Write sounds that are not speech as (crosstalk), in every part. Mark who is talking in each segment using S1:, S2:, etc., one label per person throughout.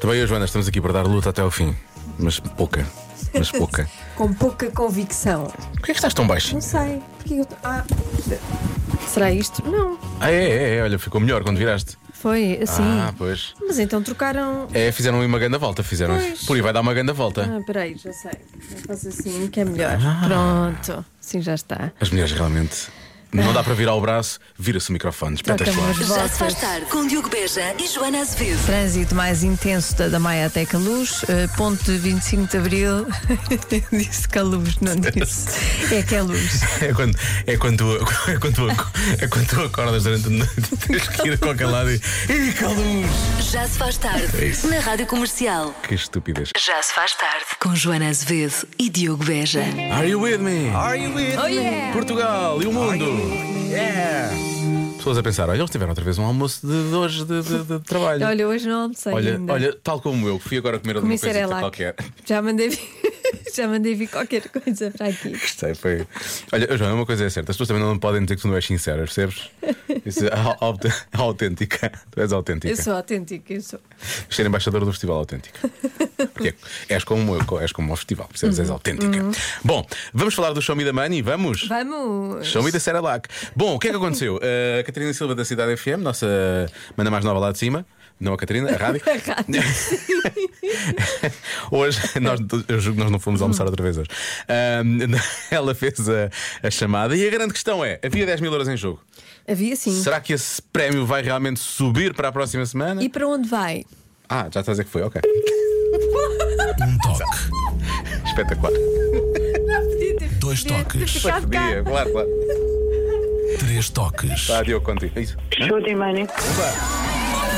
S1: Também eu, e a Joana, estamos aqui para dar luta até ao fim. Mas pouca. Mas
S2: (laughs)
S1: pouca.
S3: Com pouca convicção.
S1: Porquê é que estás tão baixinho?
S3: Não sei. Porque eu. Ah,
S2: Será isto? Não.
S1: Ah, é, é, é, olha, ficou melhor quando viraste.
S2: Foi assim.
S1: Ah, pois.
S2: Mas então trocaram.
S1: É, fizeram aí uma grande volta, fizeram.
S2: Pois.
S1: Por aí vai dar uma grande volta.
S2: Ah, peraí, já sei. Eu faço assim que é melhor.
S1: Ah.
S2: Pronto. Sim, já está.
S1: As mulheres realmente. Não dá para virar o braço, vira-se o microfone, espetacular.
S2: Trocamos
S4: Já se faz
S2: voltas.
S4: tarde com Diogo Beja e Joana Azevedo.
S5: Trânsito mais intenso da, da Maia até Caluz, eh, ponto de 25 de
S2: (laughs)
S5: Abril. disse
S2: é
S5: Caluz, não disse. É que é
S1: (laughs)
S5: luz.
S1: É quando, é, quando tu, (laughs) é, quando tu, é quando tu acordas durante a noite, (laughs) tens que ir a qualquer lado e. Ih, que luz!
S4: Já se faz tarde
S1: É isso.
S4: na Rádio Comercial.
S1: Que estupidez.
S4: Já se faz tarde com Joana Azevedo e Diogo Beja.
S1: Are you with me? Are you with
S2: Oh,
S1: me? Portugal e o mundo. Yeah! Pessoas a pensar, olha, eles tiveram outra vez um almoço de, de hoje de, de- de trabalho.
S2: (laughs) Olha, hoje não almocei
S1: Olha,
S2: ainda.
S1: olha, tal como eu, fui agora comer alguma
S2: Comi
S1: coisa
S2: cerelac.
S1: qualquer. (laughs)
S2: Já mandei vir. (laughs) Já mandei vir qualquer coisa para aqui.
S1: Sei, foi. Olha, João, uma coisa é certa, as pessoas também não podem dizer que tu não és sincera, percebes? Isso é au- aut- autêntica. Tu és autêntica.
S2: Eu sou autêntica, eu sou.
S1: Ser embaixador do Festival Autêntico. Porque és como eu, és como ao festival, percebes? És autêntica. Bom, vamos falar do Show Me the Money, vamos?
S2: Vamos!
S1: Show me the Cerelac. Bom, o que é que
S2: (laughs)
S1: aconteceu? Uh, a Catarina Silva da Cidade FM, nossa mana mais nova lá de cima, não a Catarina, a rádio.
S2: (laughs) A rádio,
S1: (laughs) hoje, nós, eu julgo que nós não fomos almoçar outra vez hoje. Um, (laughs) ela fez a, a chamada e a grande questão é: havia 10 mil euros em jogo.
S2: Havia sim.
S1: Será que esse prémio vai realmente subir para a próxima semana?
S2: E para onde vai?
S1: Ah, já estás a dizer que foi,
S2: (laughs)
S1: ok.
S6: Um toque,
S1: Espetacular.
S2: Podia ter
S6: dois toques,
S2: ficado cá.
S1: Podia, claro, claro.
S6: três toques,
S1: Tá, Diogo, contigo. É isso.
S7: Show de money.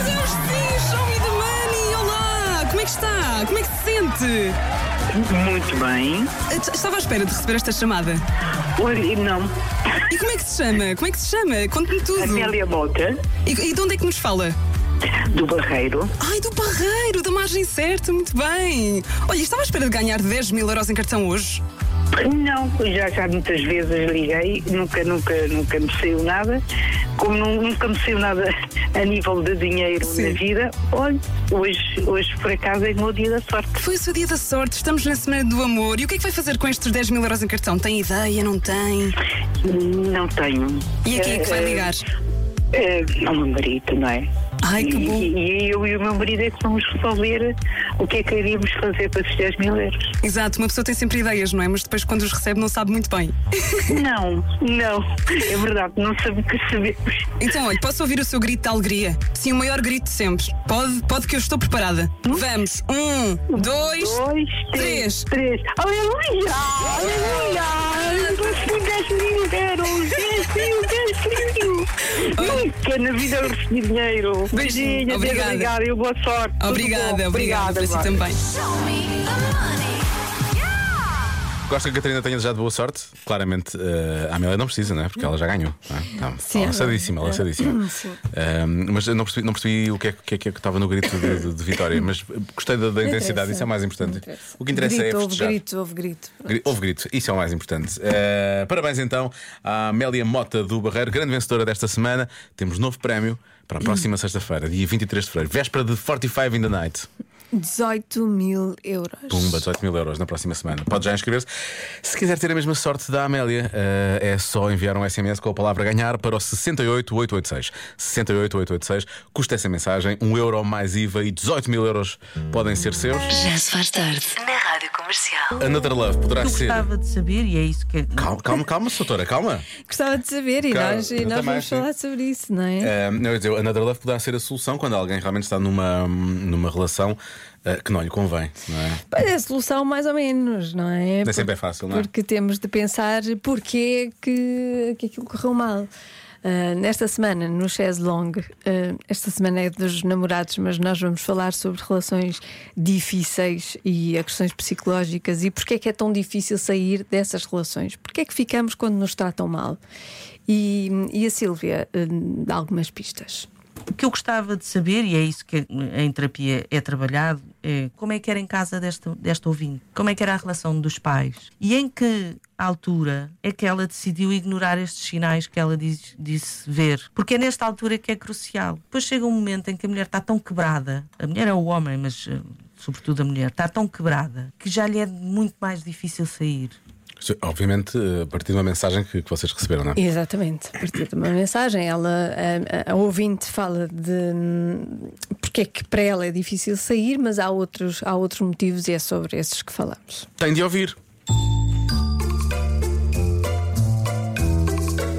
S8: Deus, sim, show me the money! Olá! Como é que está? Como é que se sente?
S7: Muito bem.
S8: Eu Estava à espera de receber esta chamada.
S7: Olha, e não.
S8: E como é que se chama? Como é que se chama? Conte-me tudo.
S7: Amélia Bota,
S8: E, e de onde é que nos fala?
S7: do Barreiro.
S8: Ai, do Barreiro, da margem certa, muito bem. Olha, estava à espera de ganhar 10 mil euros em cartão hoje.
S7: Não, já já muitas vezes liguei, nunca, nunca, nunca me saiu nada. Como nu- nunca me saiu nada a nível de dinheiro
S8: Sim.
S7: na vida, olha, hoje, hoje por acaso é o meu dia da sorte.
S8: Foi o seu dia da sorte, estamos na semana do amor. E o que é que vai fazer com estes 10 mil euros em cartão? Tem ideia? Não tem?
S7: Não tenho.
S8: E a quem é que vai
S7: Eh,
S8: ligar?
S7: eh, Ao meu marido, não é?
S8: Ai, que
S7: E-
S8: bom.
S7: E, e eu e o meu marido é que vamos resolver o que é que iríamos fazer para esses 10 mil euros.
S8: Exato, uma pessoa tem sempre ideias, não é? Mas depois quando os recebe não sabe muito bem.
S7: Não, não, é verdade, não sabe o que sabemos.
S8: Então, olha, posso ouvir o seu grito de alegria? Sim, o maior grito de sempre. Pode, pode que eu estou preparada. Vamos. Um, dois.
S7: Dois,
S8: Três.
S7: três, três. Aleluia! Aleluia! Recebi 10 mil euros! Recebi 10 mil! Nunca na vida eu recebi dinheiro!
S8: Oh. Beijinho,
S7: Beijinho,
S8: obrigada.
S7: obrigada e boa sorte! Tudo bom.
S8: Obrigada, obrigada para si
S7: vá.
S8: também.
S1: Gosto que a Catarina tenha desejado boa sorte. Claramente, eh, a Amélia não precisa, não é? Porque ela já ganhou. Não é? Tá,
S2: Sim,
S1: tá lançadíssima, lançadíssima. Eh, mas eu não percebi, não percebi o, que é, que- o que é que estava no grito de, de- de vitória, mas gostei da, da intensidade,
S2: interessa.
S1: isso é o mais importante.
S2: Não interessa.
S1: O que interessa
S2: grito,
S1: é
S2: Houve
S1: festejar.
S2: grito, houve grito.
S1: Gri- Houve grito, isso é o mais importante. Eh, parabéns então à Amélia Mota do Barreiro, grande vencedora desta semana. Temos novo prémio para a próxima sexta-feira, dia 23 de fevereiro, véspera de 45 in the Night.
S2: 18 mil euros.
S1: Pumba, 18 mil euros na próxima semana. Pode já inscrever-se. Se quiser ter a mesma sorte da Amélia, eh, é só enviar um SMS com a palavra ganhar para o 68886. 68886. Custa essa mensagem, 1 euro mais IVA e 18 mil euros podem ser seus.
S4: Já se faz tarde na Rádio Comercial.
S1: Another Love poderá ser.
S9: gostava de saber, e é isso que.
S1: Calma, calma, calma,
S9: (laughs)
S1: doutora, calma.
S2: Gostava de saber e
S1: Claro,
S2: nós, e
S1: eu
S2: nós
S1: também,
S2: vamos
S1: sim.
S2: falar sobre isso, não é?
S1: Eh, não, eu ia dizer, Another Love poderá ser a solução quando alguém realmente está numa, numa relação eh, que não lhe convém, não é?
S2: Pois é a solução, mais ou menos, não é?
S1: Nem sempre é fácil, não é?
S2: Porque temos de pensar porquê que, que aquilo correu mal. Ah, nesta semana, no Chess Long, esta semana é dos namorados, mas nós vamos falar sobre relações difíceis e a questões psicológicas e porque é que é tão difícil sair dessas relações, porque é que ficamos quando nos tratam mal. E, e a Sílvia ah, dá algumas pistas.
S9: O que eu gostava de saber, e é isso que em terapia é trabalhado, é como é que era em casa desta, desta ouvinte, como é que era a relação dos pais e em que altura é que ela decidiu ignorar estes sinais que ela diz- disse ver, porque é nesta altura que é crucial. Depois chega um momento em que a mulher está tão quebrada, a mulher é o homem, mas eh, sobretudo a mulher, está tão quebrada que já lhe é muito mais difícil sair.
S1: Sim, Obviamente, eh, a partir de uma mensagem que, que vocês receberam, não é?
S2: Exatamente, a partir de uma mensagem, ela, a, a- a ouvinte fala de hum, porque é que para ela é difícil sair, mas há outros, há outros motivos e é sobre esses que falamos.
S1: Tem de ouvir.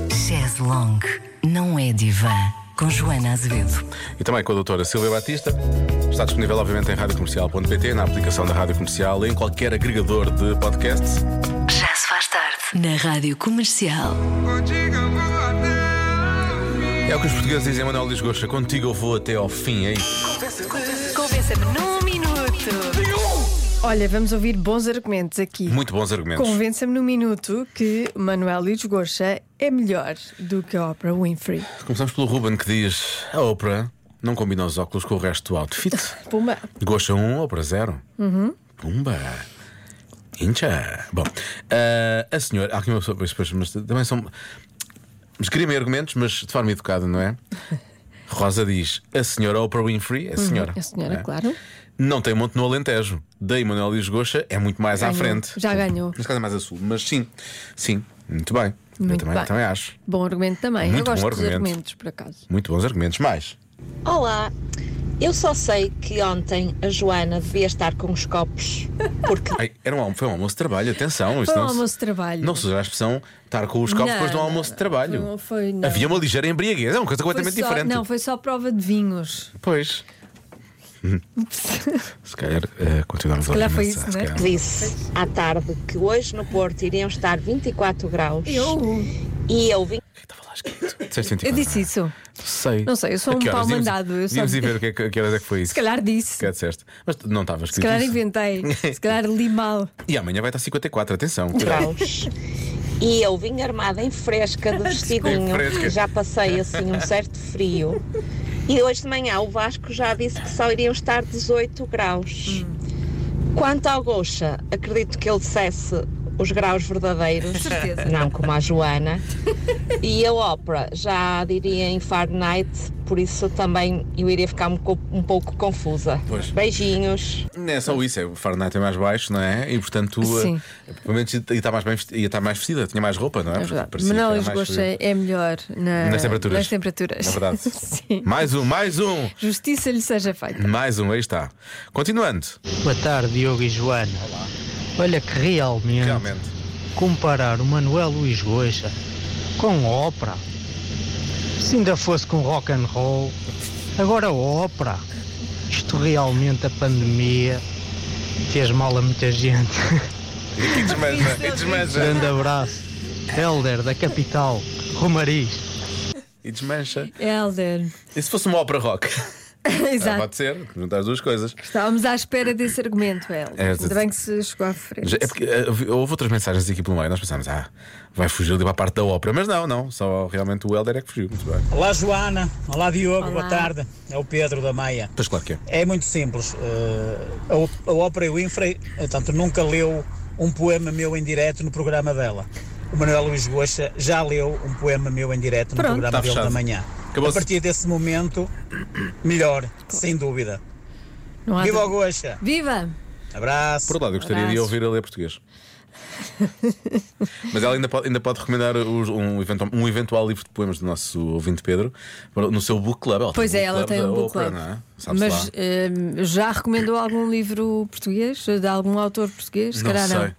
S4: Chaise Long não é divã. Com Joana Azevedo.
S1: E também com a doutora Silvia Batista. Está disponível, obviamente, em radiocomercial.pt, na aplicação da Rádio Comercial e em qualquer agregador de podcasts.
S4: Já se faz tarde. Na rádio comercial.
S1: É o que os portugueses dizem, Manuel Luís Gosta. Contigo eu vou até ao fim, hein?
S2: Convença-me num minuto. Olha, vamos ouvir bons argumentos aqui.
S1: Muito bons argumentos.
S2: Convença-me num minuto que Manuel Luís Goxa é melhor do que a Oprah Winfrey.
S1: Começamos pelo Ruben que diz: A Oprah não combina os óculos com o resto do outfit.
S2: Puma,
S1: Gosta 1, Oprah 0.
S2: Uhum.
S1: Pumba. Incha. Bom, ah, a senhora. Há aqui uma pessoa. pois, pois, Mas também são. Escrevem argumentos, mas de forma educada, não
S2: (laughs)
S1: é? Rosa diz: A senhora Oprah Winfrey, a senhora.
S2: Uhum, a senhora,
S1: não é?
S2: claro.
S1: Não tem monte no Alentejo. Da Emanuel Luís Goxa é muito mais à
S2: Ganhou.
S1: frente.
S2: Já ganhou.
S1: Neste caso é mais a sul, mas sim, sim, muito bem. Eu
S2: Muito
S1: também,
S2: bem.
S1: também acho.
S2: Bom argumento também.
S1: Muito
S2: Eu
S1: bom
S2: gosto dos
S1: argumento.
S2: argumentos, por acaso.
S1: Muito bons argumentos. Mais.
S10: Olá, eu só sei que ontem a Joana devia estar com os copos,
S1: (laughs)
S10: porque
S1: Ai, era um, almo- foi um almoço de trabalho, atenção. Isto
S2: Foi um
S1: não se-
S2: almoço de trabalho.
S1: Não se usa a expressão estar com os copos
S2: Não,
S1: depois de um
S2: não,
S1: almoço de
S2: não.
S1: trabalho.
S2: Não foi, não.
S1: Havia uma ligeira embriaguez, é uma coisa completamente
S2: Foi só-
S1: diferente.
S2: Não, foi só prova de vinhos. (laughs)
S1: Pois. Hum. se calhar eh, continuamos a
S2: calhar
S1: ouvir
S2: foi
S1: mensagem,
S2: isso,
S1: se
S2: não é?
S1: calhar.
S10: disse à tarde que hoje no Porto iriam estar 24 graus e eu vim.
S1: Estava lá escrito. Disseste 24,
S2: Eu disse
S1: não é?
S2: isso.
S1: Sei.
S2: Não sei, eu sou
S1: A
S2: um
S1: que horas?
S2: pau
S1: Devíamos-
S2: mandado, eu só-
S1: Devíamos ir ver o que, é que- a que horas é que foi isso.
S2: Se calhar
S1: Se
S2: disse.
S1: calhar disseste. Mas tu não estava
S2: Se
S1: escrito.
S2: calhar
S1: isso.
S2: inventei. (laughs) Se calhar li mal.
S1: E amanhã vai estar 54, atenção. cuidado.
S10: graus. (laughs) E eu vim armada em fresca de vestidinho,
S1: fresca.
S10: já passei assim um certo frio. E hoje de manhã o Vasco já disse que só iriam estar 18 graus. Quanto ao Goxa, acredito que ele dissesse os graus verdadeiros, não como a Joana. E a ópera, já diria em Fahrenheit, por isso também eu iria ficar um, co- um pouco confusa.
S1: Pois.
S10: Beijinhos.
S1: Não é só isso, é, o Fahrenheit é mais baixo, não é? E portanto,
S2: Sim.
S1: eh, pelo menos ia estar mais, bem vestida, ia estar mais vestida, tinha mais roupa, não é?
S2: É
S1: Porque
S2: verdade.
S1: parecia que
S2: Manuel
S1: era
S2: Luís
S1: mais
S2: Goxa
S1: frio.
S2: é melhor na-
S1: Nas temperaturas.
S2: nas temperaturas.
S1: É verdade.
S2: (laughs) Sim.
S1: Mais um, mais um,
S2: Justiça lhe
S1: (laughs)
S2: seja feita.
S1: mais um, aí está. Continuando,
S11: Boa tarde, Diogo e Joana. Olha que realmente,
S1: realmente.
S11: comparar o Manuel Luís Goixa com ópera, se ainda fosse com rock and roll, agora ópera. Isto realmente a pandemia fez mal a muita gente.
S1: E desmancha, e desmancha.
S11: Grande abraço. Helder da capital, Romariz.
S1: E desmancha.
S2: Helder.
S1: E se fosse uma ópera rock? Ah,
S2: Exato.
S1: pode ser, juntar as duas coisas.
S2: Estávamos à espera desse argumento, Helder.
S1: É,
S2: Ainda bem que se chegou à frente.
S1: Já- É porque eh, houve- houve outras mensagens aqui pelo meio, nós pensámos, ah, vai fugir ali para a parte da ópera, mas não, não, só realmente o Helder é que fugiu. Muito bem.
S11: Olá, Joana. Olá, Diogo.
S2: Olá.
S11: Boa tarde. É o Pedro da Maia.
S1: Pois claro que é.
S11: É muito simples. Eh, a Op- a Oprah Winfrey, eh, tanto nunca leu um poema meu em direto no programa dela. O Manuel Luís Goxa já leu um poema meu em direto no
S2: Pronto.
S11: programa
S1: Tá
S11: dele
S1: fechado.
S11: da manhã.
S1: Acabou-se.
S11: A partir desse momento, melhor, sem dúvida.
S2: Não há
S11: Viva o
S2: dúvida.
S11: Goxa!
S2: Viva!
S11: Abraço!
S1: Por outro lado, eu gostaria de
S2: Abraços.
S1: ouvir a ler
S2: (laughs)
S1: português. Mas ela ainda pode, ainda pode recomendar os- um, eventual, um eventual livro de poemas do nosso ouvinte Pedro para- no seu book club. Ela
S2: Pois
S1: tem um
S2: é, ela tem
S1: da
S2: um book
S1: Oprah,
S2: club.
S1: não é? Sabe-se
S2: Mas
S1: lá.
S2: hum, já recomendou algum livro português? De algum autor português? Se
S1: não
S2: calhar
S1: sei.
S2: não.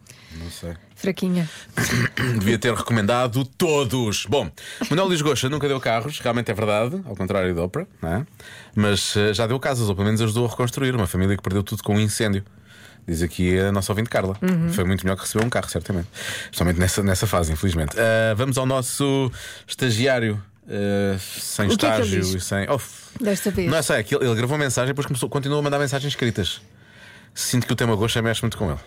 S1: Não sei.
S2: Fraquinha.
S1: (coughs) Devia ter recomendado todos. Bom, Manuel Luís Goxa nunca deu carros, realmente é verdade, ao contrário da Oprah, não é? Mas eh, já deu casas, ou pelo menos ajudou a reconstruir uma família que perdeu tudo com um incêndio. Diz aqui a nossa ouvinte Carla.
S2: Uhum.
S1: Foi muito melhor que receber um carro, certamente. Justamente nessa, nessa fase, infelizmente. Ah, vamos ao nosso estagiário. ah, sem
S2: O que é que ele
S1: estágio
S2: diz?
S1: e sem. Oh,
S2: Desta vez.
S1: Não é só, é que ele, ele gravou mensagem e depois começou, continuou a mandar mensagens escritas. Sinto que o tema Goxa mexe muito com ele.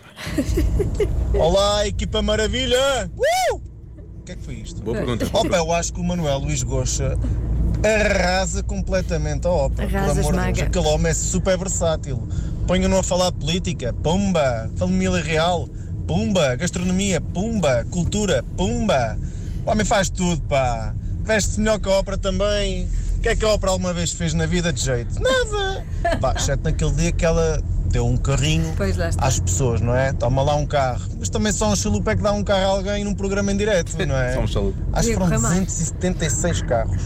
S11: Olá, equipa maravilha! Uh! O que é que foi isto?
S1: Boa
S2: (laughs)
S1: pergunta.
S11: Opa, eu acho que o Manuel Luís Goxa arrasa completamente a ópera.
S2: Arrasa,
S11: pelo amor de
S2: esmaga.
S11: Deus. Aquele homem é super versátil. Ponham-no a falar de política, pumba. Família real, pumba. Gastronomia, pumba. Cultura, pumba. O homem faz tudo, pá. Veste-se melhor que a ópera também. O que é que a ópera alguma vez fez na vida de jeito? Nada. Pá, exceto naquele dia que ela deu um carrinho às pessoas, não é? Toma lá um carro. Mas também só um chalupa é que dá um carro a alguém num programa em direto, não é?
S1: Só um chalupa.
S11: Acho que foram
S1: Diego Ramalho.
S11: 276 carros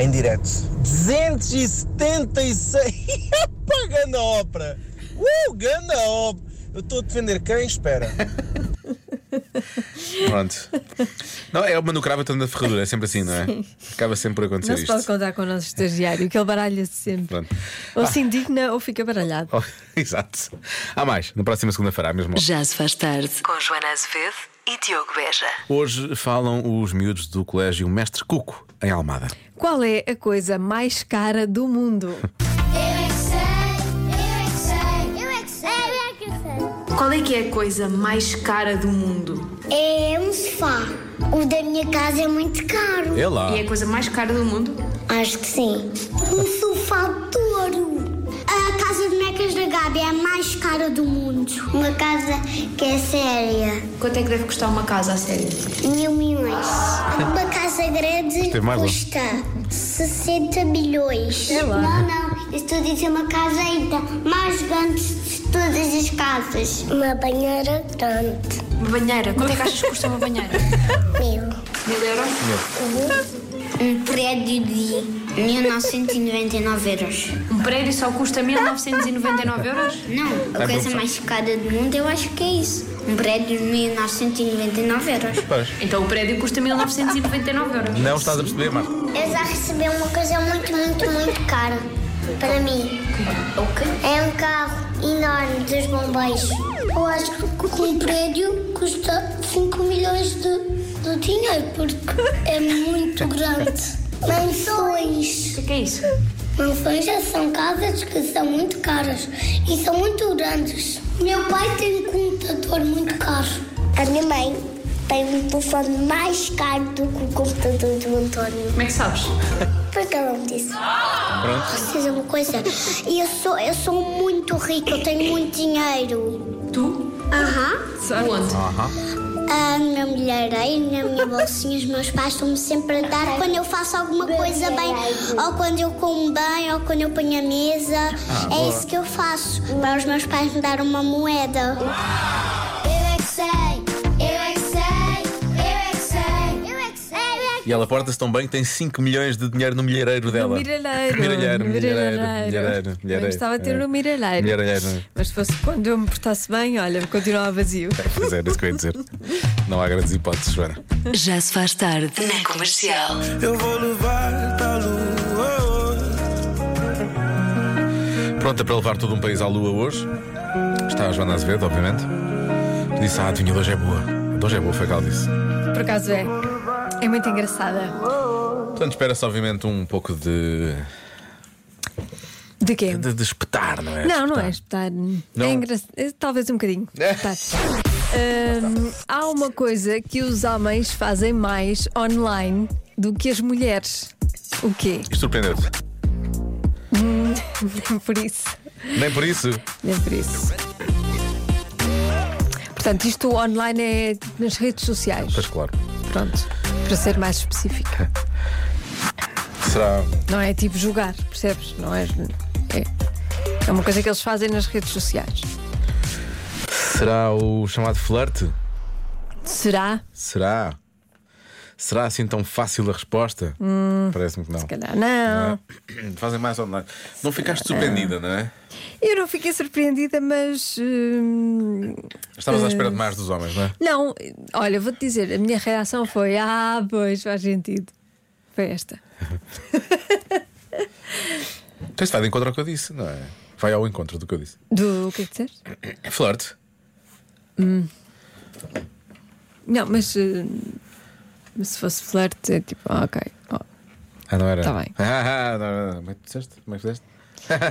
S11: em direto. (laughs) 276! Pá, ganda ópera! Uh, ganda ópera! Eu estou a defender quem? Espera.
S1: Pronto. Não, é uma no cravo entrando na ferradura, é sempre assim, não é? Acaba sempre por acontecer
S2: Não se
S1: é isto. (laughs)
S2: pode contar com o nosso estagiário, que ele baralha-se sempre.
S1: Pronto.
S2: Ou se indigna ou fica baralhado.
S1: Oh, exato. Há mais, na próxima segunda-feira, à mesma hora.
S4: Já se faz tarde com Joana Azevedo e Diogo Beja.
S1: Hoje falam os miúdos do Colégio Mestre Cuco, em Almada.
S2: Qual é a coisa mais cara do mundo?
S8: Qual é que é a coisa mais cara do mundo?
S12: É um sofá. O da minha casa é muito caro.
S1: É lá.
S8: E é a coisa mais cara do mundo?
S12: Acho que sim. Um sofá de ouro. A casa de mecas da Gabi é a mais cara do mundo. Uma casa que é séria.
S8: Quanto é que deve custar uma casa a sério?
S12: Mil milhões. Uma casa grande
S8: Isto é mais bom.
S12: custa 60 milhões.
S8: É lá.
S12: Não, não. Estou a dizer é uma casa ainda mais grande de todas as casas. Uma banheira grande.
S8: Uma banheira? Quanto é que achas que custa uma banheira?
S12: Mil.
S8: Mil euros?
S12: Um prédio de 1999 euros.
S8: Um prédio só custa 1999 euros?
S12: Não,
S8: É
S12: a coisa
S8: bom.
S12: mais cara do mundo eu acho que é isso. Um prédio de 1999 euros.
S1: Pois.
S8: Então o prédio custa 1999 euros.
S1: Não estás a perceber, Marco?
S12: Eu já recebi uma coisa muito, muito, muito cara. Para mim. É um carro enorme dos bombeiros. Eu acho que um prédio custa 5 milhões de, de dinheiro, porque é muito
S8: (laughs)
S12: grande. Mansões. O
S8: que é isso?
S12: Mansões já são casas que são muito caras e são muito grandes. Meu pai tem um computador muito caro. A minha mãe tem um telefone mais caro do que o computador do António.
S8: Como é que sabes?
S12: Porque ela me disse.
S1: Pronto.
S12: Vocês é uma coisa. Eu sou, eu sou muito rica, eu tenho muito dinheiro.
S8: Tu?
S12: Aham.
S8: Sabe onde?
S12: ah, A minha milhareira, na minha bolsinha, os meus pais estão-me sempre a dar quando eu faço alguma coisa bem, ou quando eu como bem, ou quando eu ponho a mesa.
S8: Ah,
S12: é
S8: boa.
S12: isso que eu faço. Para os meus pais me dar uma moeda. Eu é que sei, eu é que sei, eu é que sei, eu é que sei.
S1: E ela porta-se tão bem que tem 5 milhões de dinheiro no milheireiro dela.
S2: Miralheiro.
S1: Miralheiro, milheireiro,
S2: miralheiro.
S1: milheireiro,
S2: Eu
S1: milheireiro.
S2: gostava de ter
S1: É.
S2: no miralheiro.
S1: Miralheiro.
S2: Mas se fosse quando eu me portasse bem, olha, continuava vazio.
S1: Pois é, era isso que eu ia dizer. Não há grandes hipóteses, Joana.
S4: Já se faz tarde na comercial.
S13: Eu vou levar para
S1: Pronta para levar todo um país à lua hoje. Está a Joana Azevedo, obviamente. Disse, ah, a adivinha de hoje é boa. A de hoje é boa, foi o que ela disse.
S2: Por acaso é. É muito engraçada.
S1: Portanto, espera-se, obviamente, um pouco de.
S2: De quê?
S1: De, de espetar, não é?
S2: não, não é espetar. É engraçado. Talvez um bocadinho.
S1: É.
S2: Espetar. Hum, há uma coisa que os homens fazem mais online do que as mulheres. O quê? (laughs)
S1: Isto surpreendeu-te.
S2: Hum, nem por isso.
S1: Nem por isso.
S2: Nem É por isso. Portanto, isto online é nas redes sociais.
S1: Pois claro.
S2: Pronto. Para ser mais específico.
S1: Será.
S2: Não é tipo jogar, percebes? Não é. É, é uma coisa que eles fazem nas redes sociais.
S1: Será o chamado flerte?
S2: Será?
S1: Será? Será assim tão fácil a resposta?
S2: Hum,
S1: Parece-me que não. Se
S2: calhar não. é?
S1: Fazem mais online. Não ficaste surpreendida, não é?
S2: Eu não fiquei surpreendida, mas. hum,
S1: Estavas à
S2: eh,
S1: espera de mais dos homens, não é?
S2: Não, olha, vou-te dizer, a minha reação foi: ah, pois, faz sentido. Foi esta.
S1: Então isso vai de encontro ao que eu disse, não é? Vai ao encontro do que eu disse.
S2: Do o que é que disseste?
S1: Flerte.
S2: Hum. Não, mas. eh, se fosse flerte, é tipo, ah, ok. ó.
S1: Ah, não era?
S2: Tá bem.
S1: Ah, ah, não, não, não. Como é que disseste? Como é que fizeste?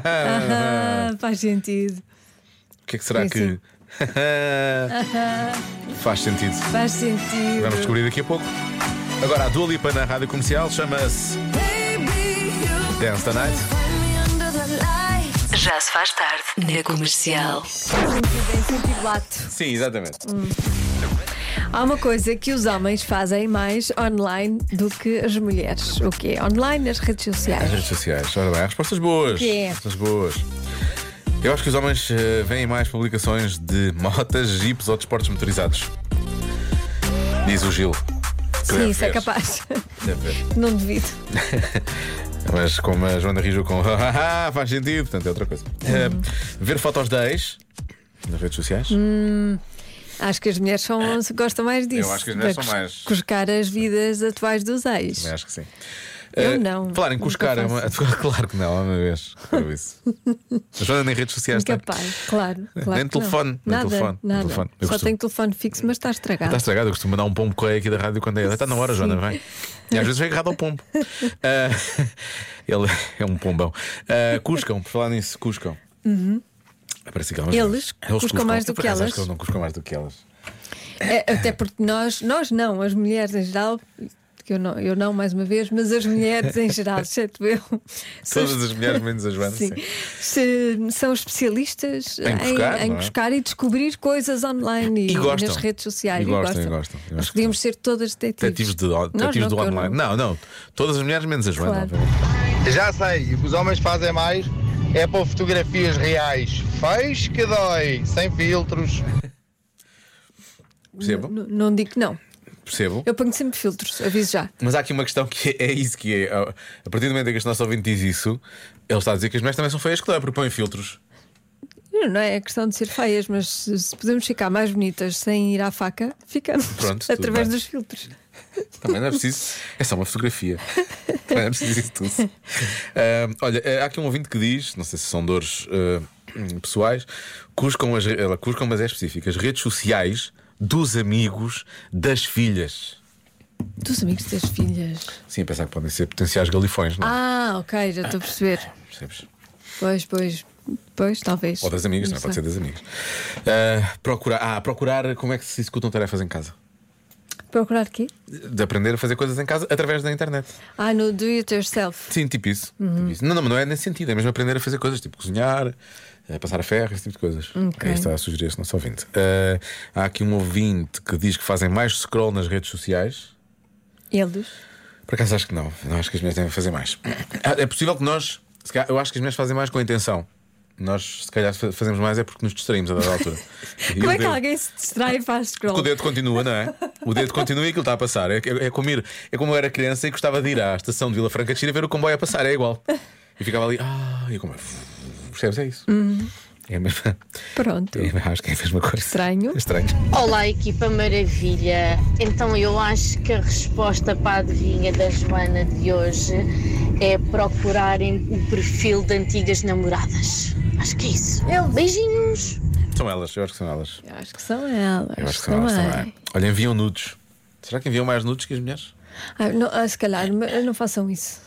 S2: Ah, faz sentido.
S1: O que é que será
S2: Sim,
S1: que.
S2: sim. Ah,
S1: (laughs) Faz sentido.
S2: faz sentido.
S1: Vamos descobrir daqui a pouco. Agora a Dua Lipa na rádio comercial chama-se Dance the Night.
S14: Under the light,
S4: Já se faz tarde na comercial.
S2: Sentido em sentido lato.
S1: Sim, exatamente.
S2: Hum. Há uma coisa que os homens fazem mais online do que as mulheres. O quê? Online nas redes
S1: As
S2: sociais.
S1: redes sociais. Ora bem, há respostas boas.
S2: O que é?
S1: Respostas boas. Eu acho que os homens eh, veem mais publicações de (laughs) motas, jipes ou desportos motorizados. Diz o Gil. Que
S2: Sim,
S1: deve
S2: isso é
S1: ver.
S2: capaz. (laughs)
S1: Deve ver.
S2: Não duvido.
S1: (laughs) Mas como a Joana Rijo com (laughs) "Ah, faz sentido, portanto é outra coisa.
S2: Hum.
S1: Eh, ver fotos da ex nas redes sociais.
S2: Hum, acho que as mulheres são, gostam mais disso.
S1: acho que as mulheres
S2: Para
S1: são mais.
S2: Cuscar as vidas atuais dos ex.
S1: Também acho que sim.
S2: Eu
S1: Eh,
S2: não.
S1: Falar em
S2: Nunca
S1: cuscar é uma.
S2: faço.
S1: (laughs) Claro que não, há uma vez. Claro
S2: (laughs)
S1: isso. A Joana nem redes sociais tem.
S2: Incapaz, claro.
S1: Nem
S2: claro que não.
S1: telefone, nem
S2: Nada,
S1: telefone, nem
S2: nada.
S1: telefone. Eu
S2: Só
S1: costumo-
S2: tenho telefone fixo, mas está estragado.
S1: Está estragado, eu costumo mandar um pombo correio aqui da rádio quando é. Está na hora,
S2: Sim.
S1: Joana, vem. E às vezes vem agarrado ao
S2: (laughs)
S1: pombo. Ah, (laughs) ele é um pombão. Ah, cuscam, por falar nisso, cuscam.
S2: Uhum.
S1: Parece que elas-
S2: Eles cuscam mais do
S1: Eu, por
S2: que
S1: acaso, Acho
S2: elas.
S1: que eles não cuscam mais do que elas.
S2: É, até porque nós, nós não, as mulheres em geral, que eu não, eu não mais uma vez, mas as mulheres em
S1: (laughs)
S2: geral, exceto eu, são-
S1: Todas as mulheres, menos a Joana,
S2: sim,
S1: sim.
S2: se- são especialistas
S1: Em buscar,
S2: em
S1: não é?
S2: buscar e descobrir coisas online e,
S1: E gostam.
S2: nas redes sociais.
S1: E gostam, e gostam. Eu
S2: Nós
S1: acho que
S2: podíamos ser todas
S1: Tentativos
S2: detetives.
S1: de, tentativos
S2: não,
S1: do
S2: que eu
S1: online. Não. não, Todas as mulheres, menos a Joana.
S2: Claro.
S15: Já sei, o que os homens fazem mais é pôr fotografias reais. Fez que dói, sem filtros.
S1: Percebo,
S2: Não, não digo que não.
S1: percebo.
S2: Eu ponho sempre filtros, aviso já.
S1: Mas há aqui uma questão que é isso que é. A partir do momento em que este nosso ouvinte diz isso, ele está a dizer que as mulheres também são feias, claro, porque põem filtros.
S2: Não é questão de ser feias, mas se se podemos ficar mais bonitas sem ir à faca, ficamos
S1: Pronto,
S2: (laughs)
S1: tudo
S2: através
S1: bem.
S2: dos filtros.
S1: Também não é preciso. É só uma fotografia. Também não é preciso isso tudo. Ah, olha, eh, há aqui um ouvinte que diz, não sei se são dores eh, pessoais, cuscam, as, re- ela cuscam, mas é específica, as redes sociais dos amigos das filhas.
S2: Dos amigos das filhas.
S1: Sim, a pensar que podem ser potenciais galifões, não é?
S2: Ah, ok, já estou a perceber.
S1: Percebes?
S2: Pois, pois, pois, talvez.
S1: Ou das amigas,
S2: Não
S1: também pode ser
S2: sei.
S1: das amigas. Ah, procurar, ah, procurar como é que se executam tarefas em casa.
S2: Procurar quê?
S1: De aprender a fazer coisas em casa através da internet.
S2: Ah, no do it yourself.
S1: Sim, tipo isso.
S2: Uhum.
S1: Tipo isso. Não, não, mas não é nesse sentido. É mesmo aprender a fazer coisas, tipo cozinhar, eh, passar a ferro, esse tipo de coisas.
S2: Ok.
S1: Aí está a sugerir esse nosso ouvinte. Ah, há aqui um ouvinte que diz que fazem mais scroll nas redes sociais.
S2: Eles.
S1: Por acaso acho que não. Não acho que as mulheres devem fazer mais. Ah, É possível que nós, se calhar, eu acho que as mulheres fazem mais com a intenção. Nós, se calhar, fa- fazemos mais é porque nos distraímos a dada altura. E
S2: (laughs) Como
S1: o
S2: é que
S1: dedo-
S2: alguém se distrai e faz
S1: Porque
S2: scroll?
S1: o dedo continua, não é? O dedo continua e aquilo está a passar. É, é, é como ir- é como eu era criança e gostava de ir à estação de Vila Franca de Xira ver o comboio a passar, é igual. E ficava ali, ah, e como é? Percebes? É isso.
S16: Uhum.
S1: É a mesma-
S2: Pronto.
S1: é- acho que é a mesma coisa. É
S2: Estranho.
S1: Estranho.
S16: Olá, equipa maravilha. Então, eu acho que a resposta para a adivinha da Joana de hoje é procurarem o perfil de antigas namoradas. Acho que é isso. Beijinhos!
S1: São elas, eu acho que são elas.
S2: Acho que são elas.
S1: Eu acho que são elas
S2: não é?
S1: também. Olha, enviam nudes. Será que enviam mais nudes que as mulheres? (laughs)
S2: Ah, não, ah, se calhar, mas não façam isso.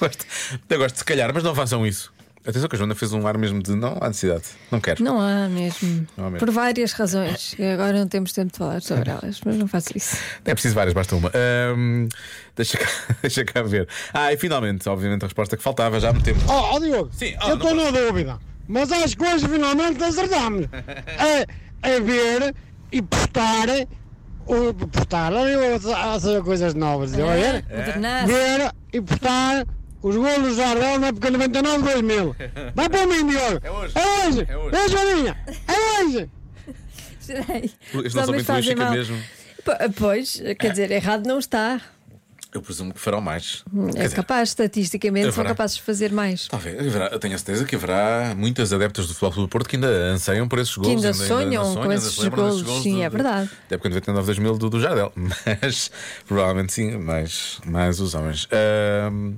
S1: Gosto. Eu gosto de se calhar, mas não façam isso. Atenção que a Joana fez um ar mesmo de não há necessidade, não quero.
S2: Não há mesmo.
S1: Não há mesmo.
S2: Por várias razões. E Agora não temos tempo de falar sobre elas, mas não faço isso.
S1: É preciso várias, basta uma. Ahm, deixa, cá, (laughs) deixa cá ver. Ah, e finalmente, obviamente, a resposta que faltava, já há muito tempo.
S17: Ó ó, Diogo,
S1: ó,
S17: Oh, Ah, eu
S1: Ah, não
S17: estou na dúvida, mas acho que hoje finalmente acertámos. a, a ver e postar, o, postar, eu a fazer coisas novas, a ver?
S2: É, modernar.
S17: Ver e postar os golos do Jardel na época 99-2000. Vai para mim, Diogo. É hoje. É hoje. É hoje. Joaninha. É hoje.
S2: Gerei.
S1: Este nosso ouvinte Luís fica mesmo.
S2: Po- Pois, quer dizer, errado não está.
S1: Eu presumo que farão mais. Quer
S2: É
S1: dizer,
S2: capaz, estatisticamente, são
S1: haverá.
S2: capazes de fazer mais.
S1: Talvez, haverá- eu tenho a certeza que haverá muitas adeptas do Futebol Clube do Porto que ainda anseiam por esses
S2: Que
S1: gols.
S2: ainda sonham com esses golos. Sim, é verdade.
S1: Da época de 89 2000 do, do Jardel. (laughs) Mas provavelmente sim, mais, mais os homens. Ahm,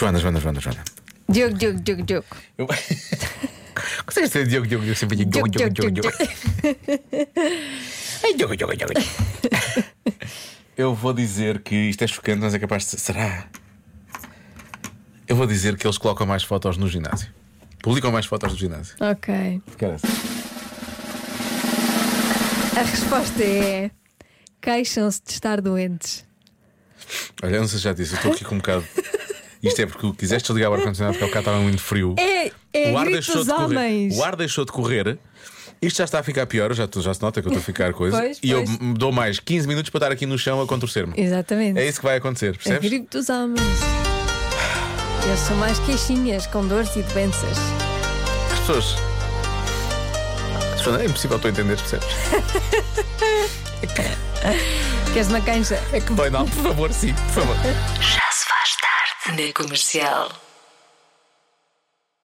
S1: Joana, Joana, Joana, Joana.
S2: Diogo, Diogo, Diogo, Diogo.
S1: (laughs) Consegues dizer Diogo, Diogo, Diogo, sempre digo Diogo, Diogo, Diogo, Diogo. (laughs) Ai, Diogo, Diogo, Diogo. (laughs) Eu vou dizer que isto é chocante, mas é capaz de. Será? Eu vou dizer que eles colocam mais fotos no ginásio. Publicam mais fotos no ginásio.
S2: Ok. A resposta é: queixam-se de estar doentes.
S1: Olha, eu não sei se já disse, eu estou aqui com um bocado. Isto é porque quiseste desligar o ar-condicionado porque o cá estava muito frio.
S2: É, é
S1: o, ar
S2: gritos
S1: deixou de correr,
S2: homens.
S1: o ar deixou de correr. Isto já está a ficar pior, eu já, tu- já se nota que eu estou a ficar coisa.
S2: Pois,
S1: E eu
S2: pois.
S1: me dou mais 15 minutos para estar aqui no chão a contorcer-me.
S2: Exatamente.
S1: É isso que vai acontecer,
S2: É
S1: percebes?
S2: gripe dos homens. Eles são mais queixinhas, com dores e doenças.
S1: As pessoas. As pessoas é impossível tu entender, percebes?
S2: Queres uma canja?
S1: É que dói, não, por favor, sim, por favor.
S4: Já se faz tarde na comercial.